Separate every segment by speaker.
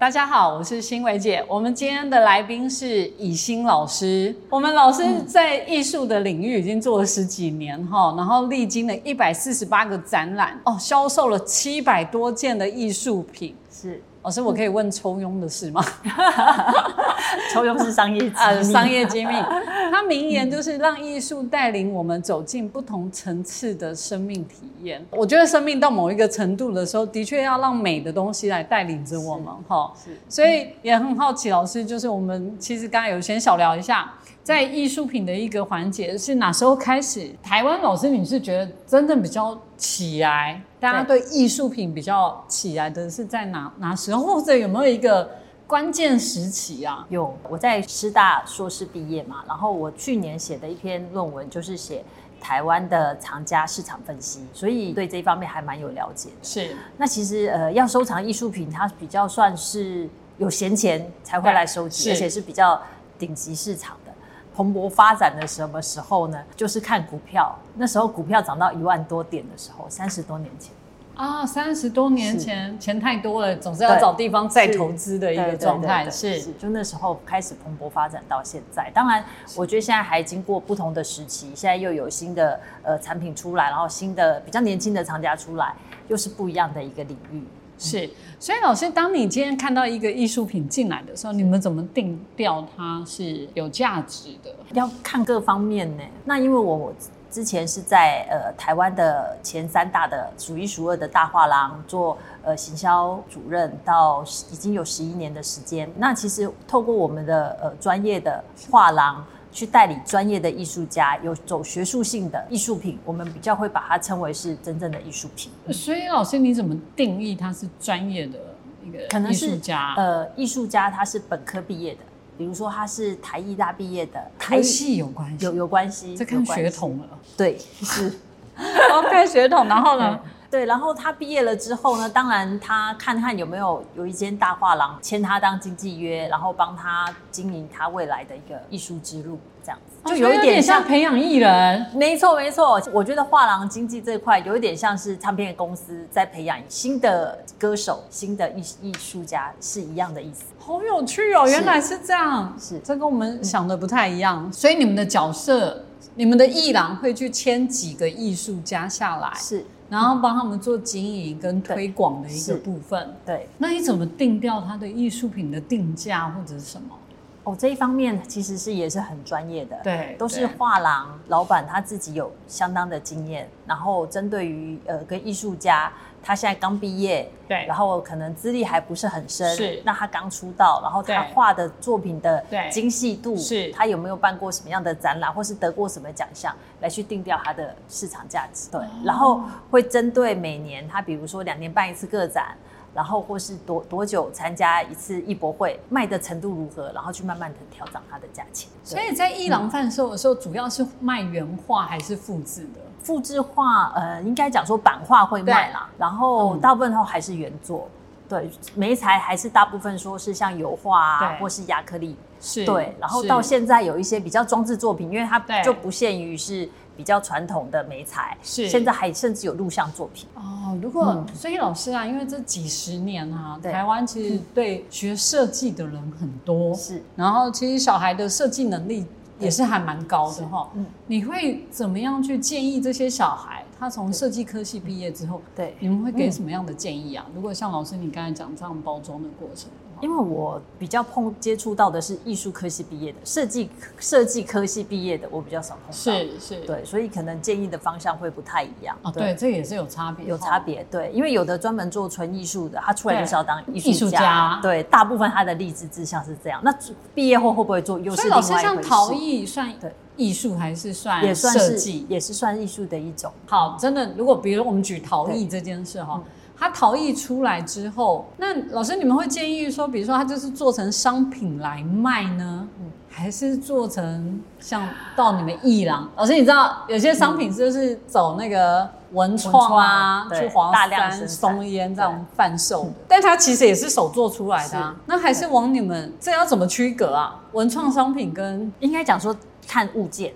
Speaker 1: 大家好，我是欣伟姐。我们今天的来宾是以欣老师。我们老师在艺术的领域已经做了十几年哈，然后历经了一百四十八个展览哦，销售了七百多件的艺术品。
Speaker 2: 是，
Speaker 1: 老师，我可以问抽佣的事吗？
Speaker 2: 抽佣是商业机密，
Speaker 1: 啊，商业 机密。他名言就是让艺术带领我们走进不同层次的生命体验。我觉得生命到某一个程度的时候，的确要让美的东西来带领着我们哈。
Speaker 2: 是
Speaker 1: 所以也很好奇，老师，就是我们其实刚才有先小聊一下，在艺术品的一个环节是哪时候开始？台湾老师，你是觉得真正比较起来，大家对艺术品比较起来的是在哪哪时候，或者有没有一个关键时期啊？
Speaker 2: 有，我在师大硕士毕业嘛，然后我去年写的一篇论文就是写台湾的藏家市场分析，所以对这一方面还蛮有了解的。
Speaker 1: 是
Speaker 2: 那其实呃，要收藏艺术品，它比较算是有闲钱才会来收集，
Speaker 1: 对
Speaker 2: 而
Speaker 1: 是
Speaker 2: 且是比较顶级市场的。蓬勃发展的什么时候呢？就是看股票，那时候股票涨到一万多点的时候，三十多年前。
Speaker 1: 啊，三十多年
Speaker 2: 是
Speaker 1: 前，钱太多了，总是要
Speaker 2: 对
Speaker 1: 找地方再
Speaker 2: 是
Speaker 1: 投资的一
Speaker 2: 对
Speaker 1: 个
Speaker 2: 对
Speaker 1: 状态，
Speaker 2: 对
Speaker 1: 是
Speaker 2: 就那时候开始蓬勃发展到现在。当然，我觉得现在还经过不同的时期，现在又有新的呃产品出来，然后新的比较年轻的厂家出来，又是不一样的一个领域。
Speaker 1: 是。所以老师，当你今天看到一个艺术品进来的时候，你们怎么定调它是有价值的？
Speaker 2: 要看各方面呢。那因为我我之前是在呃台湾的前三大的数一数二的大画廊做呃行销主任，到十已经有十一年的时间。那其实透过我们的呃专业的画廊。去代理专业的艺术家，有走学术性的艺术品，我们比较会把它称为是真正的艺术品。
Speaker 1: 所以老师，你怎么定义它是专业的一
Speaker 2: 可
Speaker 1: 个
Speaker 2: 能
Speaker 1: 艺
Speaker 2: 是
Speaker 1: 术家？
Speaker 2: 呃，艺术家他是本科毕业的，比如说他是台艺大毕业的，台
Speaker 1: 科
Speaker 2: 艺
Speaker 1: 系有关系，
Speaker 2: 有有关系，
Speaker 1: 这
Speaker 2: 有
Speaker 1: 看
Speaker 2: 关
Speaker 1: 血
Speaker 2: 系，
Speaker 1: 统了。
Speaker 2: 对，是。
Speaker 1: 哦，看血统，然后呢？
Speaker 2: 嗯对，然后他毕业了之后呢，当然他看看有没有有一间大画廊签他当经纪约，然后帮他经营他未来的一个艺术之路，这样子
Speaker 1: 哦所
Speaker 2: 就
Speaker 1: 以
Speaker 2: 有一点像。
Speaker 1: 培养艺人。
Speaker 2: 没错，没错，我觉得画廊经济这块有一点像是唱片公司在培养新的歌手、新的艺艺术家是一样的意思。
Speaker 1: 好有趣哦，
Speaker 2: 是
Speaker 1: 原来是这样，
Speaker 2: 是
Speaker 1: 这跟我们想的不太一样。所以你们的角色，你们的艺廊会去签几个艺术家下来，
Speaker 2: 是，
Speaker 1: 然后帮他们做经营跟推广的一个
Speaker 2: 是
Speaker 1: 部分。
Speaker 2: 对。
Speaker 1: 那你怎么定掉它的艺术品的定价或者是什么？
Speaker 2: 哦，这一方面其实是也是很专业的，
Speaker 1: 对
Speaker 2: 都是
Speaker 1: 对
Speaker 2: 画廊老板他自己有相当的经验，然后针对于呃跟艺术家，他现在刚毕业，
Speaker 1: 对
Speaker 2: 然后可能资历还不是很深，
Speaker 1: 是
Speaker 2: 那他刚出道，然后他
Speaker 1: 对
Speaker 2: 画的作品的
Speaker 1: 对
Speaker 2: 精细度，
Speaker 1: 是
Speaker 2: 他有没有办过什么样的展览，或是得过什么奖项，来去定掉他的市场价值，对，然后会针对每年他比如说两年办一次个展。然后或是多多久参加一次艺博会，卖的程度如何，然后去慢慢的调整它的价钱。对
Speaker 1: 所以在艺廊贩售的时候，主要是卖原画还是复制的？
Speaker 2: 复制画，呃，应该讲说版画会卖啦，然后
Speaker 1: 嗯
Speaker 2: 大部分后还是原作。对，媒材还是大部分说是像油画啊，
Speaker 1: 对
Speaker 2: 或是亚克力，
Speaker 1: 是
Speaker 2: 对。然后
Speaker 1: 是
Speaker 2: 到现在有一些比较装置作品，因为它
Speaker 1: 对
Speaker 2: 就不限于是比较传统的媒材，
Speaker 1: 是
Speaker 2: 现在还甚至有录像作品。
Speaker 1: 哦，如果、
Speaker 2: 嗯
Speaker 1: 所以老师啊，因为这几十年啊，
Speaker 2: 对
Speaker 1: 台湾其实对学设计的人很多，
Speaker 2: 是
Speaker 1: 然后其实小孩的设计能力也是还蛮高的哈。
Speaker 2: 嗯
Speaker 1: 你会怎么样去建议这些小孩？他从设计科系毕业之后，
Speaker 2: 对
Speaker 1: 你们会给什么样的建议啊？如果像老师你刚才讲这样包装的过程的话，
Speaker 2: 因为我比较碰接触到的是艺术科系毕业的，设计设计科系毕业的我比较少碰到，
Speaker 1: 是是，
Speaker 2: 对，所以可能建议的方向会不太一样。
Speaker 1: 哦对，这也是有差别，
Speaker 2: 有
Speaker 1: 哈
Speaker 2: 差。别，对，因为有的专门做纯艺术的，他出来就是要当艺
Speaker 1: 艺术
Speaker 2: 术
Speaker 1: 家
Speaker 2: 家，对，大部分他的立志志向是这样。那毕业后会不会做，又
Speaker 1: 所
Speaker 2: 是
Speaker 1: 以
Speaker 2: 另外
Speaker 1: 老
Speaker 2: 一
Speaker 1: 师
Speaker 2: 回事。
Speaker 1: 像陶艺算
Speaker 2: 对
Speaker 1: 艺术还是算
Speaker 2: 也算
Speaker 1: 设
Speaker 2: 是
Speaker 1: 计？
Speaker 2: 也是算艺术的一种，
Speaker 1: 好，真的，如果比如我们举逃逸这件事
Speaker 2: 嗯
Speaker 1: 哈，他逃逸出来之后，那老师你们会建议说，比如说他就是做成商品来卖呢，
Speaker 2: 嗯
Speaker 1: 还是做成像到你们艺廊？老师你知道有些商品就是走那个文创啊，
Speaker 2: 文
Speaker 1: 去
Speaker 2: 创对
Speaker 1: 黄
Speaker 2: 大量生
Speaker 1: 山、
Speaker 2: 产嗯
Speaker 1: 松烟这样贩售的，但它其实也是手做出来的、啊，那还是往你们这要怎么区隔啊？文创商品跟
Speaker 2: 应该讲说看物件。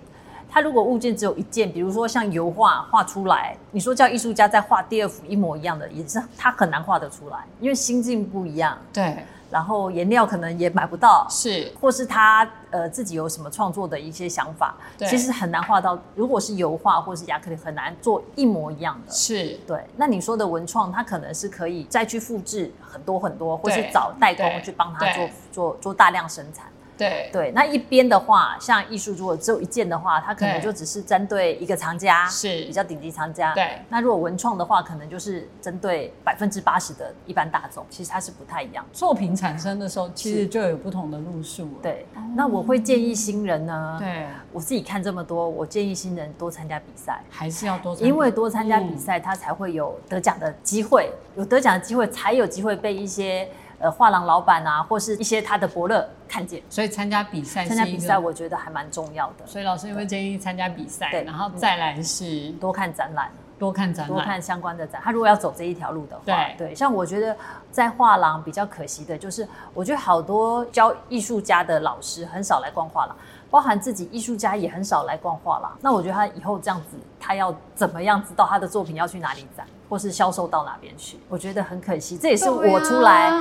Speaker 2: 他如果物件只有一件，比如说像油画画出来，你说叫艺术家再画第二幅一模一样的，也是他很难画得出来，因为心境不一样，
Speaker 1: 对，
Speaker 2: 然后颜料可能也买不到，
Speaker 1: 是，
Speaker 2: 或是他呃自己有什么创作的一些想法，
Speaker 1: 对
Speaker 2: 其实很难画到。如果是油画或是亚克力，很难做一模一样的。
Speaker 1: 是，
Speaker 2: 对，那你说的文创，它可能是可以再去复制很多很多，或是
Speaker 1: 对
Speaker 2: 找代工
Speaker 1: 对
Speaker 2: 去帮他做
Speaker 1: 对
Speaker 2: 做做大量生产。
Speaker 1: 对，
Speaker 2: 对，那一边的话，像艺术如果只有一件的话，它可能
Speaker 1: 对
Speaker 2: 就只是针对一个藏家，
Speaker 1: 是
Speaker 2: 比较顶级藏家。
Speaker 1: 对，
Speaker 2: 那如果文创的话，可能就是针对百分之八十的一般大众，其实它是不太一样的。
Speaker 1: 作品产生的时候，其
Speaker 2: 是
Speaker 1: 实就有不同的路数了。啊
Speaker 2: 对，那我会建议新人呢，
Speaker 1: 哦对，
Speaker 2: 我自己看这么多，我建议新人多参加比赛。
Speaker 1: 还是要多参
Speaker 2: 因为多参加比赛，他才会有得奖的机会，有得奖的机会，才有机会被一些呃画廊老板啊，或是一些他的伯乐看见。
Speaker 1: 所以参加比赛是
Speaker 2: 参
Speaker 1: 一
Speaker 2: 加
Speaker 1: 个，
Speaker 2: 比赛，我觉得还蛮重要的，
Speaker 1: 所以老师也会建议参加比赛
Speaker 2: 对，
Speaker 1: 然后再来是
Speaker 2: 多看展览。
Speaker 1: 多看展
Speaker 2: 多
Speaker 1: 览，
Speaker 2: 看相关的展。他如果要走这一条路的话，
Speaker 1: 对
Speaker 2: 像我觉得在画廊比较可惜的就是，我觉得好多教艺术家的老师很少来逛画廊，包含自己艺术家也很少来逛画廊。那我觉得他以后这样子，他要怎么样知道他的作品要去哪里展，或是销售到哪边去？我觉得很可惜，这也是
Speaker 1: 对啊
Speaker 2: 我出来。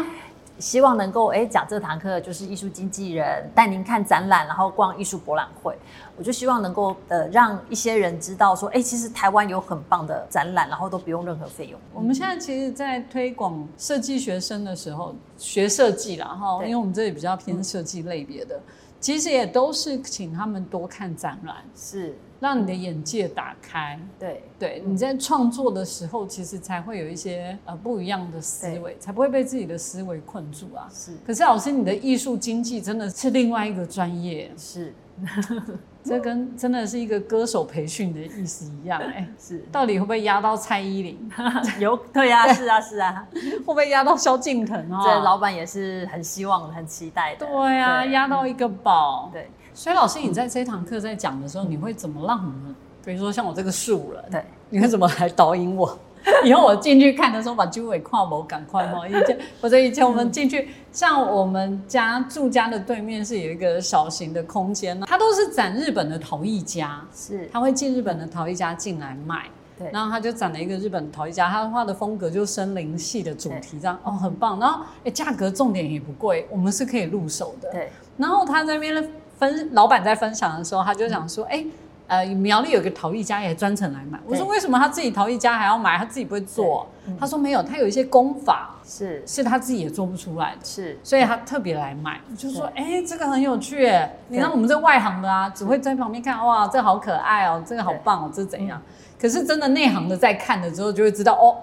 Speaker 2: 希望能够哎讲这堂课就是艺术经纪人带您看展览，然后逛艺术博览会。我就希望能够呃让一些人知道说，哎、其实台湾有很棒的展览，然后都不用任何费用。
Speaker 1: 我们现在其实，在推广设计学生的时候，学设计啦哈，
Speaker 2: 对
Speaker 1: 因为我们这里比较偏设计类别的，其实也都是请他们多看展览，
Speaker 2: 是
Speaker 1: 让你的眼界打开。
Speaker 2: 对
Speaker 1: 对，你在创作的时候，其实才会有一些呃不一样的思维，才不会被自己的思维困住啊。
Speaker 2: 是
Speaker 1: 可是老师，你的艺术经济真的是另外一个专业，
Speaker 2: 是
Speaker 1: 这跟真的是一个歌手培训的意思一样 哎、
Speaker 2: 是
Speaker 1: 到底会不会压到蔡依林？
Speaker 2: 有对啊是啊是啊，
Speaker 1: 会不会压到萧敬腾啊？
Speaker 2: 这老板也是很希望很期待的。
Speaker 1: 对啊，压到一个宝。
Speaker 2: 对
Speaker 1: 所以老师，你在这堂课在讲的时候，你会怎么让我们，比如说像我这个素人，
Speaker 2: 对
Speaker 1: 你会怎么来导引我？ 以后我进去看的时候，把周围跨模赶快哦。以前或者以前我们进去，像我们家住家的对面是有一个小型的空间呢，它都是展日本的陶艺家，
Speaker 2: 是
Speaker 1: 他会进日本的陶艺家进来卖。
Speaker 2: 对
Speaker 1: 然后他就展了一个日本陶艺家，他画的风格就是森林系的主题，这样哦，很棒。然后哎，价格重点也不贵，我们是可以入手的。
Speaker 2: 对
Speaker 1: 然后他在那边分，老板在分享的时候，他就想说，哎、呃，苗栗有个陶艺家也专程来买。我说
Speaker 2: 嗯对
Speaker 1: 为什么他自己陶艺家还要买，他自己不会做？
Speaker 2: 对嗯
Speaker 1: 他说没有，他有一些功法
Speaker 2: 是
Speaker 1: 是他自己也做不出来的。
Speaker 2: 是
Speaker 1: 所以他特别来买，我就说，哎、这个很有趣耶，你
Speaker 2: 对
Speaker 1: 让我们这外行的啊，只会在旁边看，哇，这好可爱哦，这个好棒哦，这怎
Speaker 2: 嗯
Speaker 1: 样？可是真的内行的在看了之后，就会知道，哦，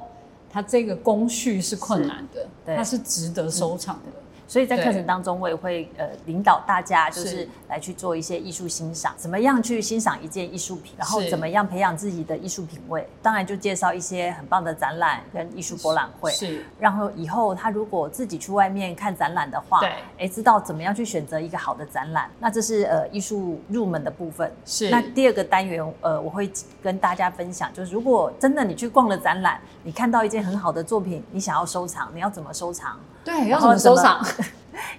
Speaker 1: 他这个工序是困难的，
Speaker 2: 对嗯
Speaker 1: 它是值得收藏的。
Speaker 2: 所以在课
Speaker 1: 对
Speaker 2: 程当中，我也会呃领导大家，就是
Speaker 1: 是
Speaker 2: 来去做一些艺术欣赏，怎么样去欣赏一件艺术品，然后
Speaker 1: 是
Speaker 2: 怎么样培养自己的艺术品味。当然就介绍一些很棒的展览跟艺术博览会，
Speaker 1: 是
Speaker 2: 然后以后他如果自己去外面看展览的话，
Speaker 1: 对
Speaker 2: 哎，知道怎么样去选择一个好的展览。那这是呃艺术入门的部分。
Speaker 1: 是
Speaker 2: 那第二个单元，呃，我会跟大家分享，就是如果真的你去逛了展览，你看到一件很好的作品，你想要收藏，你要怎么收藏？
Speaker 1: 对，
Speaker 2: 然
Speaker 1: 要
Speaker 2: 后
Speaker 1: 怎么收
Speaker 2: 怎么
Speaker 1: 场？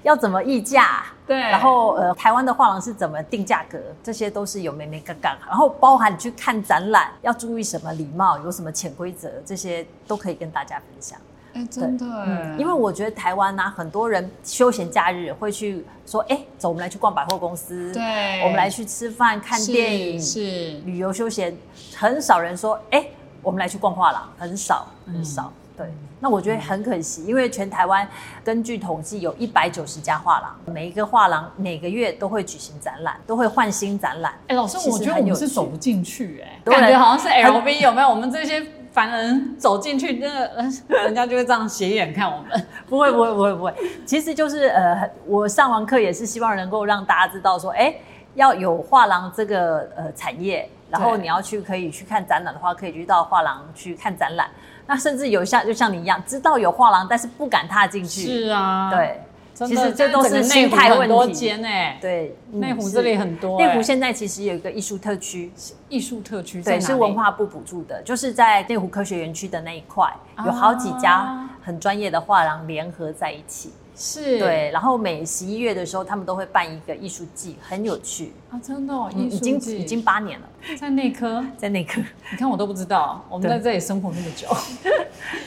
Speaker 2: 要怎么议价？
Speaker 1: 对
Speaker 2: 然后呃，台湾的画廊是怎么定价格？这些都是有没没杠杠。啊然后包含你去看展览要注意什么礼貌，有什么潜规则，这些都可以跟大家分享。
Speaker 1: 哎、真的耶，
Speaker 2: 因为我觉得台湾呢、很多人休闲假日会去说，哎，走，我们来去逛百货公司，
Speaker 1: 对
Speaker 2: 我们来去吃饭、看
Speaker 1: 是
Speaker 2: 电影、
Speaker 1: 是
Speaker 2: 旅游休闲，很少人说，哎，我们来去逛画廊，很少很少。对，那我觉得很可惜，因为全台湾根据统计有一百九十家画廊，每一个画廊每个月都会举行展览，都会换新展览。
Speaker 1: 哎、老师，
Speaker 2: 其实
Speaker 1: 我觉得
Speaker 2: 很
Speaker 1: 我
Speaker 2: 有
Speaker 1: 们
Speaker 2: 趣
Speaker 1: 是走不进去、
Speaker 2: 对
Speaker 1: 哎，感觉好像是 LV 有没有？我们这些凡人走进去，那个呃人家就会这样斜眼看我 们。
Speaker 2: 不会 不会不会不会，其实就是呃，我上完课也是希望能够让大家知道说，哎，要有画廊这个呃产业，然后
Speaker 1: 对
Speaker 2: 你要去可以去看展览的话，可以去到画廊去看展览。那甚至有像就像你一样，知道有画廊，但是不敢踏进去。
Speaker 1: 啊，
Speaker 2: 对，
Speaker 1: 真
Speaker 2: 其
Speaker 1: 的，
Speaker 2: 实这都
Speaker 1: 但
Speaker 2: 是
Speaker 1: 整个
Speaker 2: 心态
Speaker 1: 内湖很多
Speaker 2: 问题。
Speaker 1: 间哎、
Speaker 2: 对，嗯
Speaker 1: 内湖
Speaker 2: 是
Speaker 1: 这里很多、
Speaker 2: 内湖
Speaker 1: 哎
Speaker 2: 现在其实有一个艺术特区，
Speaker 1: 艺术特区在
Speaker 2: 对，
Speaker 1: 哪
Speaker 2: 是
Speaker 1: 里
Speaker 2: 文化部补助的，就是在内湖
Speaker 1: 啊
Speaker 2: 科学园区的那一块，有好几家很专业的画廊联合在一起。
Speaker 1: 是，
Speaker 2: 对，然后每十一月的时候，他们都会办一个艺术季，很有趣。
Speaker 1: 啊，真的、哦，
Speaker 2: 嗯已经已经八年了，
Speaker 1: 在内科，
Speaker 2: 在那个，
Speaker 1: 你看我都不知道，我们
Speaker 2: 对
Speaker 1: 在这里生活那么久，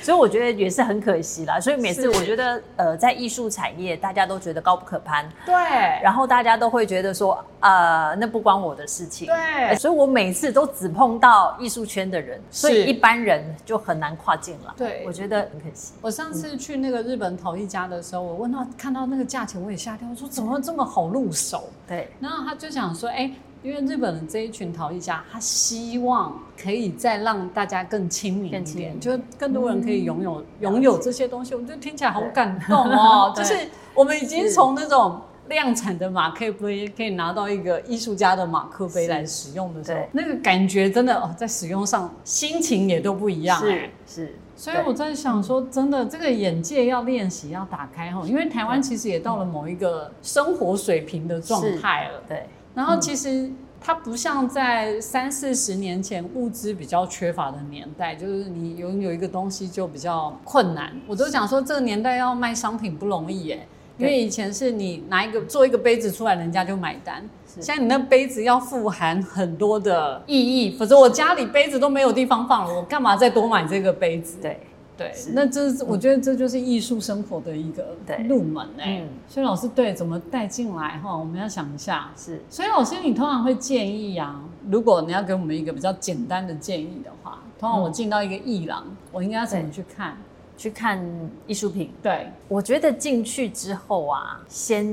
Speaker 2: 所以我觉得也是很可惜啦。所以每次
Speaker 1: 是
Speaker 2: 我觉得，呃，在艺术产业，大家都觉得高不可攀，
Speaker 1: 对，然
Speaker 2: 然后大家都会觉得说，呃，那不关我的事情。
Speaker 1: 对
Speaker 2: 所以我每次都只碰到艺术圈的人，所以一般人就很难跨境了。
Speaker 1: 对
Speaker 2: 我觉得很可惜。
Speaker 1: 我上
Speaker 2: 嗯
Speaker 1: 次去那个日本陶艺家的时候，我问到看到那个价钱，我也吓掉，我说怎么这么好入手？
Speaker 2: 对，
Speaker 1: 然后他就想说，哎、因为日本的这一群陶艺家，他希望可以再让大家更亲民
Speaker 2: 更
Speaker 1: 一
Speaker 2: 亲民嗯
Speaker 1: 点，就更多人可以拥有、拥有这些东西，我就听起来好
Speaker 2: 对。
Speaker 1: 感动哦就
Speaker 2: 对
Speaker 1: 是我们已经
Speaker 2: 是
Speaker 1: 从那种量产的马克杯，可以拿到一个艺术家的马克杯
Speaker 2: 是
Speaker 1: 来使用的时候
Speaker 2: 对，
Speaker 1: 那个感觉真的哦，在使用上心情也都不一样、哎
Speaker 2: 是是，
Speaker 1: 所以我在想说，真的这个眼界要练习，要打开哈，因为台湾其实也到了某一个生活水平的状态了。
Speaker 2: 对
Speaker 1: 然后其实它不像在三四十年前物资比较缺乏的年代，就是你拥有一个东西就比较困难。我都想说，这个年代要卖商品不容易耶、因
Speaker 2: 对
Speaker 1: 为以前是你拿一个做一个杯子出来，人家就买单。
Speaker 2: 是
Speaker 1: 现在你那杯子要富含很多的意义，否则我家里杯子都没有地方放了，我干嘛再多买这个杯子？
Speaker 2: 对
Speaker 1: 对，
Speaker 2: 是嗯
Speaker 1: 那这是我觉得这就是艺术生活的一个
Speaker 2: 对
Speaker 1: 入门哎、
Speaker 2: 嗯
Speaker 1: 所以老师对怎么带进来哈，我们要想一下。
Speaker 2: 是。
Speaker 1: 所以老师，你通常会建议啊，如果你要给我们一个比较简单的建议的话，通常我进到一个艺廊，
Speaker 2: 嗯
Speaker 1: 我应该要怎么去看？
Speaker 2: 去看艺术品，
Speaker 1: 对，
Speaker 2: 我觉得进去之后啊，先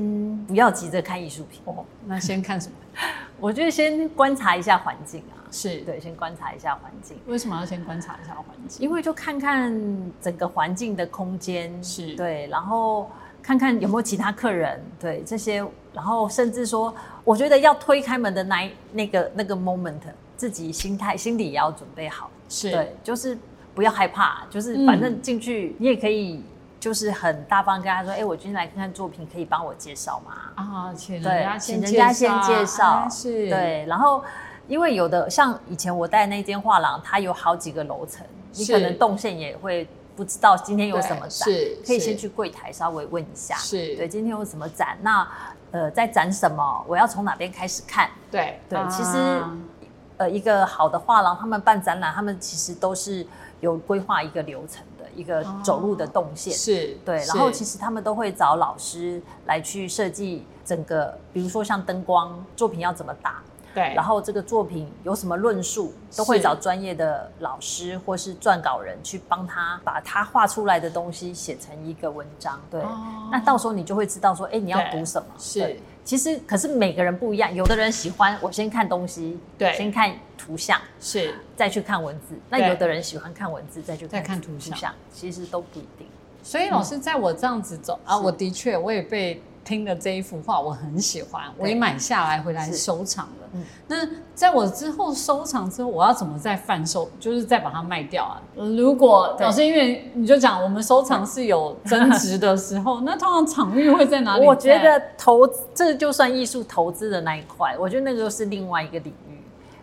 Speaker 2: 不要急着看艺术品，
Speaker 1: 哦，那先看什 么？
Speaker 2: 我觉得先观察一下环境啊。
Speaker 1: 是，
Speaker 2: 对，先观察一下环境。
Speaker 1: 为什么要先观察一下环境？
Speaker 2: 因为就看看整个环境的空间，
Speaker 1: 是
Speaker 2: 对，然后看看有没有其他客人，对这些，然后甚至说，我觉得要推开门的那一那个那个 moment，自己心态心里也要准备好，
Speaker 1: 是，
Speaker 2: 对，就是不要害怕，就是
Speaker 1: 嗯
Speaker 2: 反正进去你也可以，就是很大方跟他说，哎、我今天来看看作品，可以帮我介绍吗？
Speaker 1: 啊，请人
Speaker 2: 对
Speaker 1: 家，先
Speaker 2: 请人家先介
Speaker 1: 哎
Speaker 2: 绍，
Speaker 1: 是，，
Speaker 2: 对，然后因为有的像以前我带那间画廊，它有好几个楼层，你
Speaker 1: 是
Speaker 2: 可能动线也会不知道今天有
Speaker 1: 对
Speaker 2: 什么展，
Speaker 1: 是
Speaker 2: 可以
Speaker 1: 是
Speaker 2: 先去柜台稍微问一下，
Speaker 1: 是，
Speaker 2: 对，今天有什么展？那呃，在展什么？我要从哪边开始看？
Speaker 1: 对
Speaker 2: 对其实
Speaker 1: 啊
Speaker 2: 呃，一个好的画廊，他们办展览，他们其实都是有规划一个流程的，一个
Speaker 1: 哦
Speaker 2: 走路的动线。
Speaker 1: 是，
Speaker 2: 对，然后
Speaker 1: 是
Speaker 2: 其实他们都会找老师来去设计整个，比如说像灯光作品要怎么打，
Speaker 1: 对，
Speaker 2: 然后这个作品有什么论述，都会找专业的老师或是撰稿人去帮他把他画出来的东西写成一个文章。对，
Speaker 1: 哦
Speaker 2: 那到时候你就会知道说，哎，你要
Speaker 1: 对
Speaker 2: 读什么？
Speaker 1: 是
Speaker 2: 对，其实可是每个人不一样，有的人喜欢我先看东西，
Speaker 1: 对
Speaker 2: 先看图像。
Speaker 1: 是
Speaker 2: 再去看文字，那
Speaker 1: 对
Speaker 2: 有的人喜欢看文字，再去
Speaker 1: 再看
Speaker 2: 图
Speaker 1: 图像
Speaker 2: 其实都不一定。
Speaker 1: 所以老师，在我这样子走、啊，
Speaker 2: 是
Speaker 1: 我的确我也被听了这一幅画，我很喜欢，我也买下来回来
Speaker 2: 是
Speaker 1: 收藏了。
Speaker 2: 嗯
Speaker 1: 那在我之后收藏之后，我要怎么再贩售，就是再把它卖掉啊？如果
Speaker 2: 对
Speaker 1: 老师，因为你就讲我们收藏是有增值的时 候，那通常场域会在哪里在？
Speaker 2: 我觉得投资这就算艺术投资的那一块，我觉得那个又是另外一个领域，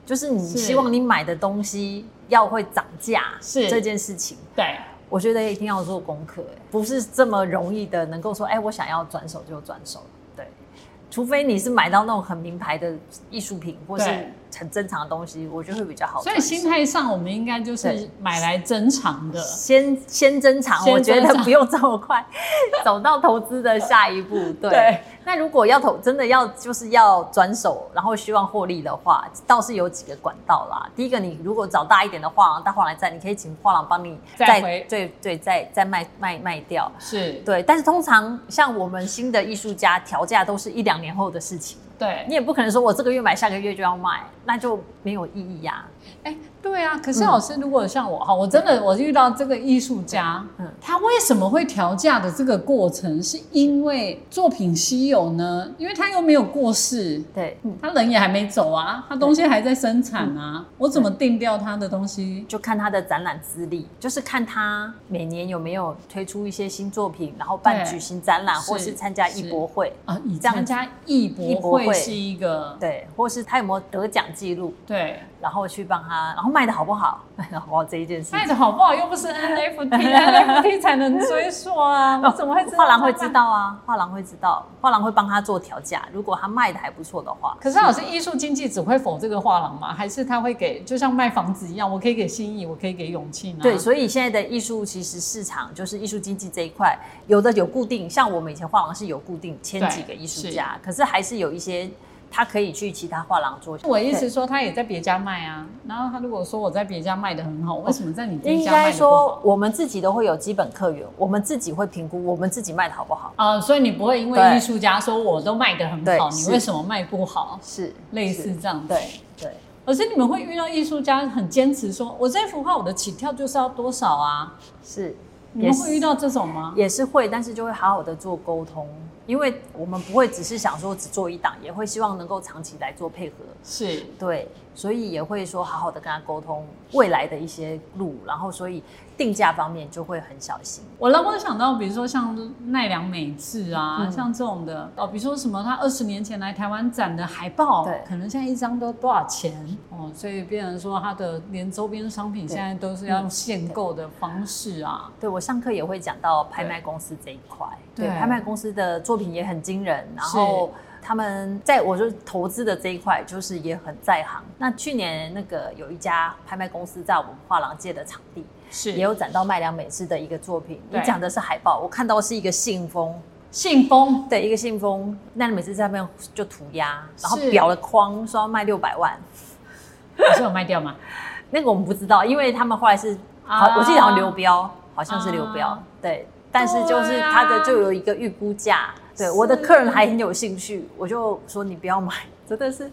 Speaker 2: 就是你
Speaker 1: 是
Speaker 2: 希望你买的东西要会涨价，
Speaker 1: 是
Speaker 2: 这件事情，
Speaker 1: 对，
Speaker 2: 我觉得一定要做功课，哎不是这么容易的能够说，哎，我想要转手就转手，对。除非你是买到那种很名牌的艺术品，或是
Speaker 1: 对
Speaker 2: 很正常的东西，我觉得会比较好
Speaker 1: 所
Speaker 2: 转
Speaker 1: 以
Speaker 2: 手。
Speaker 1: 心态上我们应该就是
Speaker 2: 对
Speaker 1: 买来珍藏的。
Speaker 2: 先先珍藏，
Speaker 1: 先
Speaker 2: 我觉
Speaker 1: 珍
Speaker 2: 得
Speaker 1: 藏
Speaker 2: 不用这么快 走到投资的下 一步。对，
Speaker 1: 对
Speaker 2: 那如果要投，真的要就是要转手，然后希望获利的话，倒是有几个管道啦。第一个，你如果找大一点的画廊，大画廊在，你可以请画廊帮你
Speaker 1: 再
Speaker 2: 再
Speaker 1: 回
Speaker 2: 对对再再卖卖卖掉。
Speaker 1: 是，
Speaker 2: 对，但是通常像我们新的艺术家调价都是一两年后的事情，
Speaker 1: 对
Speaker 2: 你，也不可能说我这个月买，下个月就要卖，那就没有意义呀、
Speaker 1: 哎，对啊，
Speaker 2: 嗯
Speaker 1: 可是老师，如果像我哈，我真的我遇到这个艺术家，
Speaker 2: 嗯
Speaker 1: 他为什么会调价的这个过程，是因为作品稀有呢？因为他又没有过世，
Speaker 2: 对，嗯，
Speaker 1: 他人也还没走啊，他东西还在生产啊，我怎么定掉他的东西？
Speaker 2: 就看他的展览资历，就是看他每年有没有推出一些新作品，然后办
Speaker 1: 对
Speaker 2: 举行展览，
Speaker 1: 是
Speaker 2: 或是参加艺博会，
Speaker 1: 啊，以
Speaker 2: 这样
Speaker 1: 参加艺
Speaker 2: 艺
Speaker 1: 博
Speaker 2: 博
Speaker 1: 会
Speaker 2: 会
Speaker 1: 是一个
Speaker 2: 对，或是他有没有得奖记录。
Speaker 1: 对
Speaker 2: 然后去帮他，然后卖的好不好， 卖的好不好这一件事情
Speaker 1: 卖。的哎好不好又不是 NFT，NFT 才能追溯 啊！我怎么会知道？
Speaker 2: 哦画廊会知。道啊，画廊会知道，画廊会帮他做调价。如果他卖的还不错的话，
Speaker 1: 可是老师，艺术经济只会否这个画廊吗？还是他会给，就像卖房子一样，我可以给心意，我可以给勇气呢？
Speaker 2: 对，所以现在的艺术其实市场就是艺术经济这一块，有的有固定，像我们以前画廊是有固定签几个艺术家，可是还是有一些他可以去其他画廊做。
Speaker 1: 我意思说，他也在别家卖啊。然后他如果说我在别家卖的很好，为什么在你
Speaker 2: 对
Speaker 1: 这
Speaker 2: 应
Speaker 1: 家卖
Speaker 2: 该
Speaker 1: 的不好？
Speaker 2: 说我们自己都会有基本客源，我们自己会评估我们自己卖的好不好。
Speaker 1: 啊、所以你不会因为
Speaker 2: 对
Speaker 1: 艺术家说我都卖的很
Speaker 2: 对
Speaker 1: 好，
Speaker 2: 是
Speaker 1: 你为什么卖不好？
Speaker 2: 是
Speaker 1: 类似这样子。
Speaker 2: 对对
Speaker 1: 可是你们会遇到艺术家很坚持说，我这幅画我的起跳就是要多少啊？
Speaker 2: 是，
Speaker 1: 你们会遇到这种吗？
Speaker 2: 也是会，但是就会好好的做沟通，因为我们不会只是想说只做一档，也会希望能够长期来做配合。
Speaker 1: 是，
Speaker 2: 对，所以也会说好好的跟他沟通未来的一些路，然后所以定价方面就会很小心。
Speaker 1: 我让我想到，比如说像奈良美智啊，
Speaker 2: 嗯
Speaker 1: 像这种的哦，比如说什么，他二十年前来台湾展的海报，
Speaker 2: 对
Speaker 1: 可能现在一张都多少钱哦，所以变成说他的连周边商品
Speaker 2: 对嗯
Speaker 1: 现在都是要用限购的方式啊，
Speaker 2: 对我上课也会讲到拍卖公司这一块，对
Speaker 1: 对
Speaker 2: 拍卖公司的作品也很惊人，然后。他们在我就投资的这一块，就是也很在行。那去年那个有一家拍卖公司在我们画廊界的场地，
Speaker 1: 是
Speaker 2: 也有展到麦良美智的一个作品。你
Speaker 1: 对
Speaker 2: 讲的是海报，我看到是一个信封，
Speaker 1: 信封，
Speaker 2: 对，一个信封，那你每次在那边就涂鸦，然后
Speaker 1: 是
Speaker 2: 裱了框，说要卖六百万，
Speaker 1: 老师有卖掉吗？
Speaker 2: 那个我们不知道，因为他们后来是，
Speaker 1: 啊
Speaker 2: 好，我记得好像刘标，好像是刘标，
Speaker 1: 啊
Speaker 2: 对，但是就是
Speaker 1: 对啊
Speaker 2: 他的就有一个预估价，对，
Speaker 1: 是
Speaker 2: 我的客人还很有兴趣，我就说你不要买，真的是。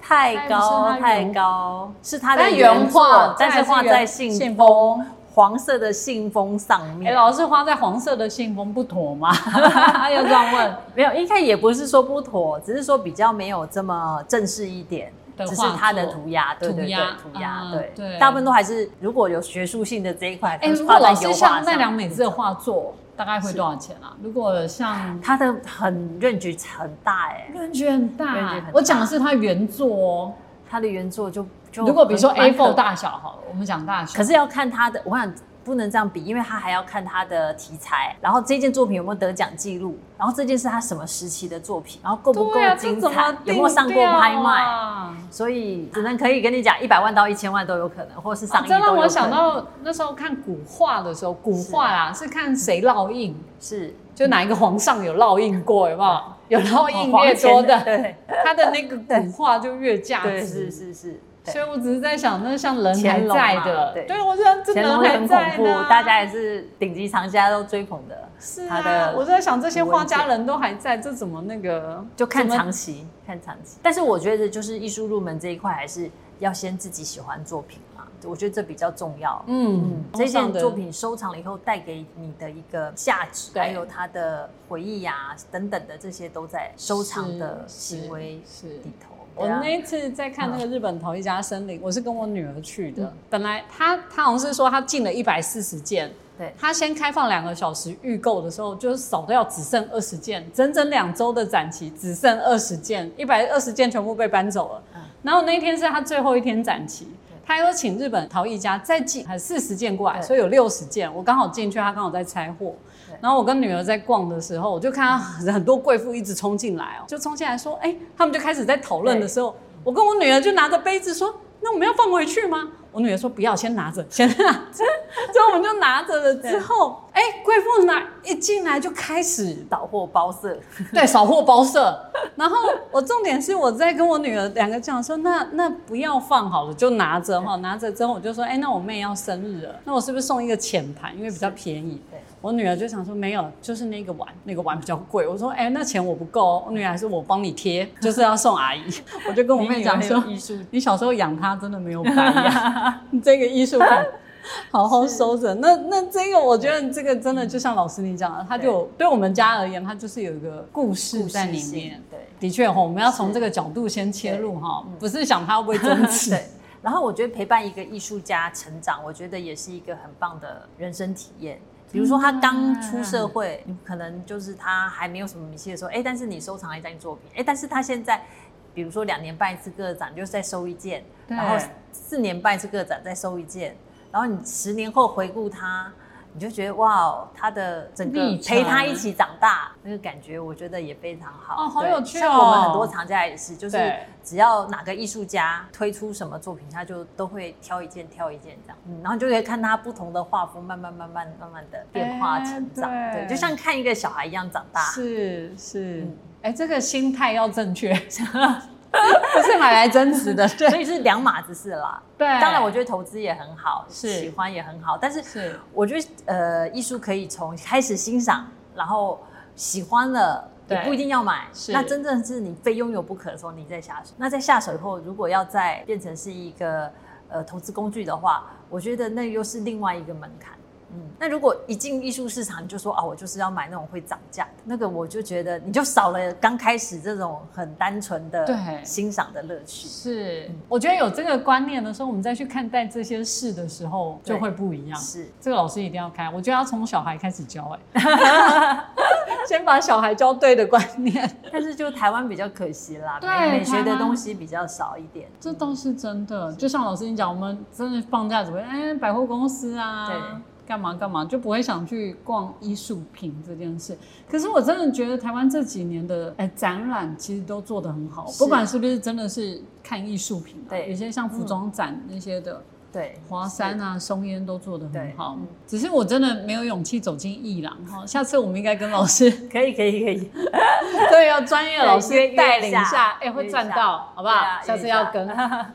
Speaker 2: 太高
Speaker 1: 但是它
Speaker 2: 太
Speaker 1: 原
Speaker 2: 高，是他的
Speaker 1: 但原
Speaker 2: 作
Speaker 1: 画
Speaker 2: 但是
Speaker 1: 再是
Speaker 2: 画
Speaker 1: 原
Speaker 2: 在信
Speaker 1: 信
Speaker 2: 封黄色的信封上
Speaker 1: 哎、
Speaker 2: 面。
Speaker 1: 老师花在黄色的信封不妥吗？ 要这样 问，
Speaker 2: 没有，应该也不是说不妥，只是说比较没有这么正式一点。
Speaker 1: 的
Speaker 2: 只是
Speaker 1: 画
Speaker 2: 它的
Speaker 1: 作
Speaker 2: 涂鸦，对对
Speaker 1: 涂
Speaker 2: 对，
Speaker 1: 鸦
Speaker 2: 涂鸦，
Speaker 1: 嗯
Speaker 2: 对
Speaker 1: 对
Speaker 2: 大部分都还是如果有学术性的这一块，
Speaker 1: 哎、
Speaker 2: 它是
Speaker 1: 如果
Speaker 2: 画在
Speaker 1: 老
Speaker 2: 油
Speaker 1: 师
Speaker 2: 画
Speaker 1: 像
Speaker 2: 上
Speaker 1: 奈良美智的画作，大概会多少钱啊？如果像
Speaker 2: 它的很认知很大哎，
Speaker 1: 感觉很
Speaker 2: 感觉
Speaker 1: 大
Speaker 2: 很大，
Speaker 1: 我讲的是它原作哦。
Speaker 2: 它的原作就就
Speaker 1: 如果比如说
Speaker 2: 蛮可
Speaker 1: A4 大小好了，我们讲大小，
Speaker 2: 可是要看它的，我想不能这样比，因为它还要看它的题材，然后这件作品有没有得奖记录，然后这件是它什么时期的作品，然后够不够
Speaker 1: 对啊，
Speaker 2: 精
Speaker 1: 这怎
Speaker 2: 彩，
Speaker 1: 么
Speaker 2: 有没有上过
Speaker 1: 啊
Speaker 2: 拍卖。
Speaker 1: 卖？
Speaker 2: 所以只能可以跟你讲，一百万到一千万都有可能，或是上亿都
Speaker 1: 啊这
Speaker 2: 有可能。
Speaker 1: 让我想到那时候看古画的时候，古画啦是看谁烙印，
Speaker 2: 是
Speaker 1: 就哪一个皇上有烙印过，有没有？有烙印
Speaker 2: 哦黄
Speaker 1: 越
Speaker 2: 钱
Speaker 1: 多的，
Speaker 2: 对
Speaker 1: 他的那个古画就越价
Speaker 2: 对
Speaker 1: 值。
Speaker 2: 是是是。
Speaker 1: 所
Speaker 2: 对
Speaker 1: 以我只是在想，那像人
Speaker 2: 乾
Speaker 1: 还
Speaker 2: 隆
Speaker 1: 在
Speaker 2: 嘛
Speaker 1: 的，
Speaker 2: 对
Speaker 1: 我觉得这
Speaker 2: 乾
Speaker 1: 人
Speaker 2: 隆也
Speaker 1: 还
Speaker 2: 很恐
Speaker 1: 在
Speaker 2: 怖
Speaker 1: 的啊，，
Speaker 2: 大家也是顶级藏家都追捧的，
Speaker 1: 是
Speaker 2: 他
Speaker 1: 啊
Speaker 2: 的，
Speaker 1: 我在想这些
Speaker 2: 文
Speaker 1: 画家
Speaker 2: 件
Speaker 1: 人都还在，这怎么那个？
Speaker 2: 就看
Speaker 1: 怎么
Speaker 2: 长期，看长期。但是我觉得就是艺术入门这一块，还是要先自己喜欢作品啊，我觉得这比较重要。
Speaker 1: 嗯
Speaker 2: 嗯，，这件作
Speaker 1: 品。
Speaker 2: 品收藏了以后带给你的一个价值，
Speaker 1: 对
Speaker 2: 还有它的回忆呀、等等的，这些都在收藏的
Speaker 1: 是
Speaker 2: 行为
Speaker 1: 是
Speaker 2: 里头。
Speaker 1: 我
Speaker 2: 对啊嗯
Speaker 1: 那一次在看那个日本头一家森林，我是跟我女儿去的。本来她她好像是说她进了一百四十件，
Speaker 2: 对
Speaker 1: 她先开放两个小时预购的时候，就是少掉只剩二十件，整整两周的展期只剩二十件，一百二十件全部被搬走了。
Speaker 2: 嗯
Speaker 1: 然后那一天是她最后一天展期。她又请日本陶艺家再寄还四十件过来，
Speaker 2: 对
Speaker 1: 所以有六十件。我刚好进去，她刚好在拆货。然后我跟女儿在逛的时候，我就看到很多贵妇一直冲进来哦，就冲进来说：“哎、他们就开始在讨论的时候，我跟我女儿就拿着杯子说：‘那我们要放回去吗？’我女儿说：‘不要，先拿着， 先拿着。’所以我们就拿着了。之后，哎、贵妇拿一进来就开始
Speaker 2: 导货包色，
Speaker 1: 对，扫货包色。然后我重点是我在跟我女儿两个讲说，那那不要放好了，就拿着哈，拿着之后我就说，哎、那我妹要生日了，那我是不是送一个浅盘，因为比较便宜
Speaker 2: 对？
Speaker 1: 我女儿就想说没有，就是那个碗，那个碗比较贵。我说，哎、那钱我不够哦，我女儿还是我帮你贴，就是要送阿姨。我就跟我妹讲说
Speaker 2: 你女儿很有艺术，
Speaker 1: 你小时候养她真的没有白养， 你这个艺术品。好好收着。那那这个，我觉得这个真的就像老师你讲的，它就有对我们家而言，它就是有一个故事在里面。
Speaker 2: 对。
Speaker 1: 的确哈，我们要从这个角度先切入哈，不是想它会不会 增值。
Speaker 2: 对。然后我觉得陪伴一个艺术家成长，我觉得也是一个很棒的人生体验。比如说他
Speaker 1: 嗯
Speaker 2: 刚出社会，可能就是他还没有什么名气的时候，哎，但是你收藏了一张作品，哎，但是他现在。比如说两年办一次个展，就是再收一件，
Speaker 1: 对
Speaker 2: 然后四年办一次个展，再收一件，然后你十年后回顾它，你就觉得哇哦，他的整个
Speaker 1: 历程
Speaker 2: 陪他一起长大那个感觉，我觉得也非常好。
Speaker 1: 哦好
Speaker 2: 对
Speaker 1: 有趣
Speaker 2: 像我们
Speaker 1: 哦
Speaker 2: 很多藏家也是，就是
Speaker 1: 对
Speaker 2: 只要哪个艺术家推出什么作品，他就都会挑一件挑一件这样，嗯，然后就可以看他不同的画风慢慢慢慢慢慢的变化
Speaker 1: 哎
Speaker 2: 成长，
Speaker 1: 对
Speaker 2: 对，就像看一个小孩一样长大。
Speaker 1: 是是
Speaker 2: 嗯，
Speaker 1: 哎、这个心态要正确， 不是买来增值的，对
Speaker 2: 所以是两码子事啦。
Speaker 1: 对。
Speaker 2: 当然，我觉得投资也很好，
Speaker 1: 是
Speaker 2: 喜欢也很好，但是
Speaker 1: 是
Speaker 2: 我觉得呃，艺术可以从开始欣赏，然后喜欢了。也
Speaker 1: 对
Speaker 2: 不一定要买，
Speaker 1: 是
Speaker 2: 那真正是你非拥有不可的时候，你再下手。那在下手以后，如果要再变成是一个呃投资工具的话，我觉得那又是另外一个门槛。嗯，那如果一进艺术市场你就说啊，我就是要买那种会涨价的，那个我就觉得你就少了刚开始这种很单纯的
Speaker 1: 对
Speaker 2: 欣赏的乐趣。
Speaker 1: 是，我觉得有这个观念的时候，我们再去看待这些事的时候，
Speaker 2: 对
Speaker 1: 就会不一样。
Speaker 2: 是，
Speaker 1: 这个老师一定要开，我觉得要从小孩开始教、哎， 先把小孩教对的观念，
Speaker 2: 但是就台湾比较可惜啦，
Speaker 1: 对
Speaker 2: 美美学
Speaker 1: 台
Speaker 2: 的
Speaker 1: 湾
Speaker 2: 东西比较少一点。
Speaker 1: 这都是真的。就像老师你讲，我们真的放假只会哎百货公司啊，干嘛干嘛，就不会想去逛艺术品这件事。可是我真的觉得台湾这几年的哎展览其实都做得很好，
Speaker 2: 是
Speaker 1: 不管是不是真的是看艺术品、啊，
Speaker 2: 对
Speaker 1: 有些像服装展那些的。
Speaker 2: 嗯对，
Speaker 1: 华山啊、松烟都做得
Speaker 2: 对
Speaker 1: 很好
Speaker 2: 嗯，
Speaker 1: 只是我真的没有勇气走进艺廊哈。下次我们应该跟老师，
Speaker 2: 可以可以可以，
Speaker 1: 对，要专业老师
Speaker 2: 对约
Speaker 1: 带领
Speaker 2: 约一下
Speaker 1: 哎，
Speaker 2: 约
Speaker 1: 会
Speaker 2: 一
Speaker 1: 赚
Speaker 2: 下
Speaker 1: 到，好不好
Speaker 2: 对啊？
Speaker 1: 下次
Speaker 2: 约一下
Speaker 1: 要 跟。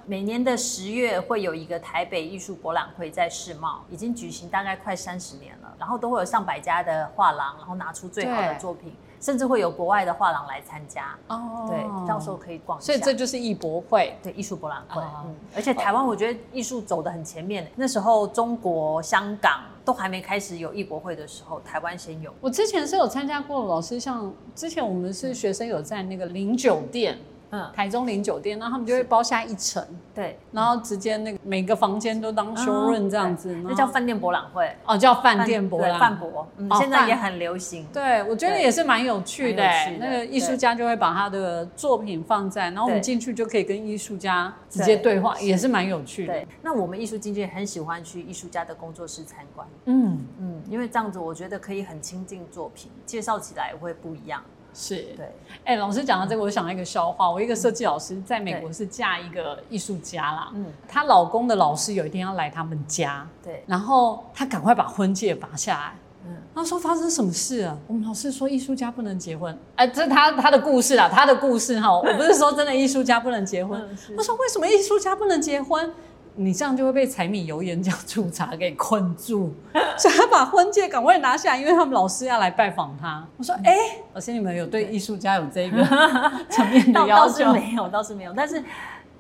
Speaker 2: 每年的十月会有一个台北艺术博览会在世贸，已经举行大概快三十年了，然后都会有上百家的画廊，然后拿出最好的
Speaker 1: 对
Speaker 2: 作品，甚至会有国外的画廊来参加。
Speaker 1: 哦
Speaker 2: 对，到时候可以逛一下。
Speaker 1: 所以这就是艺博会，
Speaker 2: 对艺术博览会，
Speaker 1: 哦
Speaker 2: 嗯，而且台湾我觉得艺术走得很前面。那时候中国、香港都还没开始有艺博会的时候，台湾先有。
Speaker 1: 我之前是有参加过，老师像之前我们是学生有在那个零酒店，
Speaker 2: 嗯，
Speaker 1: 台中零酒店，然后他们就会包下一层，
Speaker 2: 对，
Speaker 1: 然后直接那个每个房间都当修润这样子，
Speaker 2: 那
Speaker 1: 然
Speaker 2: 叫
Speaker 1: 后
Speaker 2: 饭店博览会。
Speaker 1: 哦叫饭店博
Speaker 2: 对
Speaker 1: 览
Speaker 2: 饭博，嗯，
Speaker 1: 哦
Speaker 2: 现在
Speaker 1: 饭
Speaker 2: 也很流行。
Speaker 1: 对，我觉得也是蛮有趣的欸。
Speaker 2: 蛮有趣的
Speaker 1: 那个艺术家就会把他的作品放在，然后我们
Speaker 2: 对
Speaker 1: 进去就可以跟艺术家直接对话，
Speaker 2: 对
Speaker 1: 也是蛮有趣的。
Speaker 2: 对，那我们艺术经纪人很喜欢去艺术家的工作室参观，
Speaker 1: 嗯，
Speaker 2: 嗯，因为这样子我觉得可以很亲近作品，介绍起来会不一样。
Speaker 1: 是。
Speaker 2: 对，
Speaker 1: 哎、老师讲到这个，我想到一个笑话。我一个设计老师在美国是嫁一个艺术家啦，
Speaker 2: 嗯，
Speaker 1: 她老公的老师有一天要来他们家，
Speaker 2: 对，
Speaker 1: 然后她赶快把婚戒拔下来。
Speaker 2: 嗯，
Speaker 1: 他说发生什么事啊？我们老师说艺术家不能结婚，哎、这是他他的故事啊，他的故事哈。我不是说真的艺术家不能结婚，
Speaker 2: 嗯是
Speaker 1: 我说为什么艺术家不能结婚？你这样就会被柴米油盐酱醋茶给困住， 所以他把婚戒赶快拿下来，因为他们老师要来拜访他。我说，哎、老师你们有对艺术家有这 个层面
Speaker 2: 倒
Speaker 1: 的
Speaker 2: 倒
Speaker 1: 要
Speaker 2: 是
Speaker 1: 求？
Speaker 2: 没有，倒是没有，但是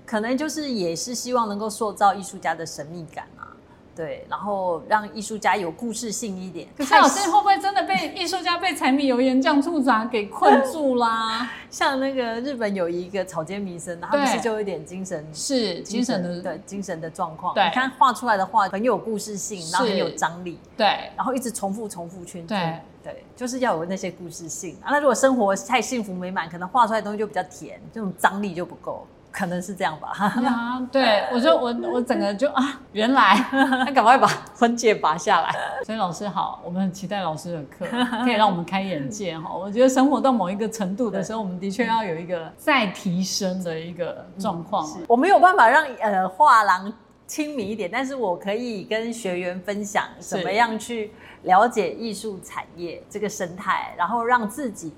Speaker 2: 可能就是也是希望能够塑造艺术家的神秘感啊，对，然后让艺术家有故事性一点。
Speaker 1: 可是
Speaker 2: 太
Speaker 1: 老师会不会真的被艺术家被柴米油盐酱醋茶给困住啦？
Speaker 2: 像那个日本有一个草间弥生，啊他
Speaker 1: 对
Speaker 2: 不是就有一点精神
Speaker 1: 是精神的
Speaker 2: 对精神的状况，
Speaker 1: 对
Speaker 2: 你看画出来的画很有故事性，然后很
Speaker 1: 是
Speaker 2: 有张力。
Speaker 1: 对
Speaker 2: 然后一直重复重复圈
Speaker 1: 对
Speaker 2: 对，就是要有那些故事性啊。那如果生活太幸福美满，可能画出来的东西就比较甜，这种张力就不够，可能是这样吧。
Speaker 1: 啊，
Speaker 2: 呃
Speaker 1: 对，我说我我整个就啊，原来 他赶快把婚戒拔下来。所以老师好，我们很期待老师的课，可以让我们开眼界哈。我觉得生活到某一个程度的时候，我们的确要有一个再提升的一个状况。
Speaker 2: 嗯是我没有办法让呃画廊亲民一点，但是我可以跟学员分享怎么样去了解艺术产业这个生态，然后让自己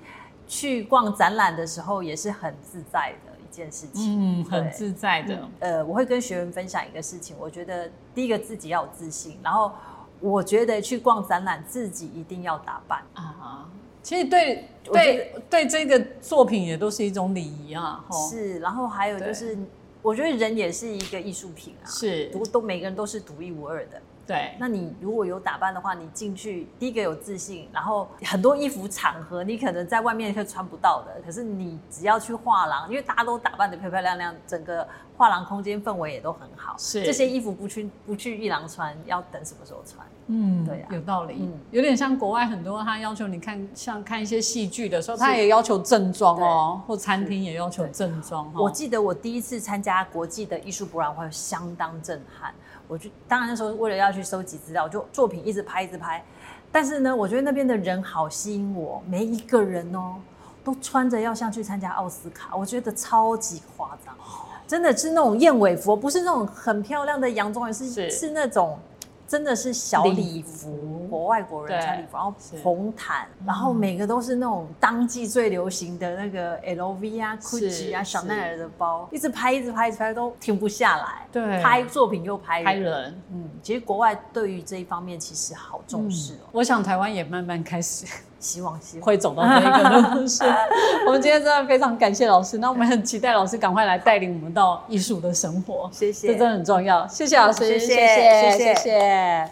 Speaker 2: 去逛展览的时候也是很自在的一件事情。
Speaker 1: 嗯，很
Speaker 2: 对
Speaker 1: 自在的。
Speaker 2: 呃，我会跟学员分享一个事情，我觉得第一个自己要有自信，然后我觉得去逛展览自己一定要打扮。
Speaker 1: 啊，其实对
Speaker 2: 我觉
Speaker 1: 对对这个作品也都是一种礼仪啊，吼，
Speaker 2: 是，然后还有就是，我觉得人也是一个艺术品啊，
Speaker 1: 是哎
Speaker 2: 都都每个人都是独一无二的。
Speaker 1: 对，
Speaker 2: 那你如果有打扮的话，你进去第一个有自信，然后很多衣服场合你可能在外面是穿不到的，可是你只要去画廊，因为大家都打扮的漂漂亮亮，整个画廊空间氛围也都很好。
Speaker 1: 是
Speaker 2: 这些衣服不去不去一廊穿，要等什么时候穿？
Speaker 1: 嗯，
Speaker 2: 对啊
Speaker 1: 有道理，
Speaker 2: 嗯
Speaker 1: 有点像国外很多他要求你看像看一些戏剧的时候，他也要求正装哦，或餐厅也要求正装哦。
Speaker 2: 我记得我第一次参加国际的艺术博览会，相当震撼。我就当然那时候为了要去收集资料，我就作品一直拍一直拍。但是呢，我觉得那边的人好吸引我，每一个人哦都穿着要像去参加奥斯卡，我觉得超级夸张，
Speaker 1: 哦
Speaker 2: 真的是那种燕尾服，不是那种很漂亮的洋装，是
Speaker 1: 是
Speaker 2: 是那种真的是小
Speaker 1: 礼
Speaker 2: 礼
Speaker 1: 服
Speaker 2: 服，国外国人穿
Speaker 1: 对
Speaker 2: 礼服，然后
Speaker 1: 是嗯
Speaker 2: 红毯，然后每个都是那种当季最流行的那个 LV 啊、GUCCI 啊、
Speaker 1: 是
Speaker 2: 香奈儿的包，一直拍，一直拍，一直拍，都停不下来。
Speaker 1: 对
Speaker 2: 拍作品又拍
Speaker 1: 拍。人
Speaker 2: 嗯，其实国外对于这一方面其实好重视哦，
Speaker 1: 我想台湾也慢慢开始
Speaker 2: 希望希望。
Speaker 1: 会走到这一个路 线。我们今天真的非常感谢老师，那我们很期待老师赶快来带领我们到艺术的生活，
Speaker 2: 谢谢
Speaker 1: 这真的很重要。谢谢老师，
Speaker 2: 谢谢
Speaker 1: 谢
Speaker 2: 谢谢
Speaker 1: 谢谢。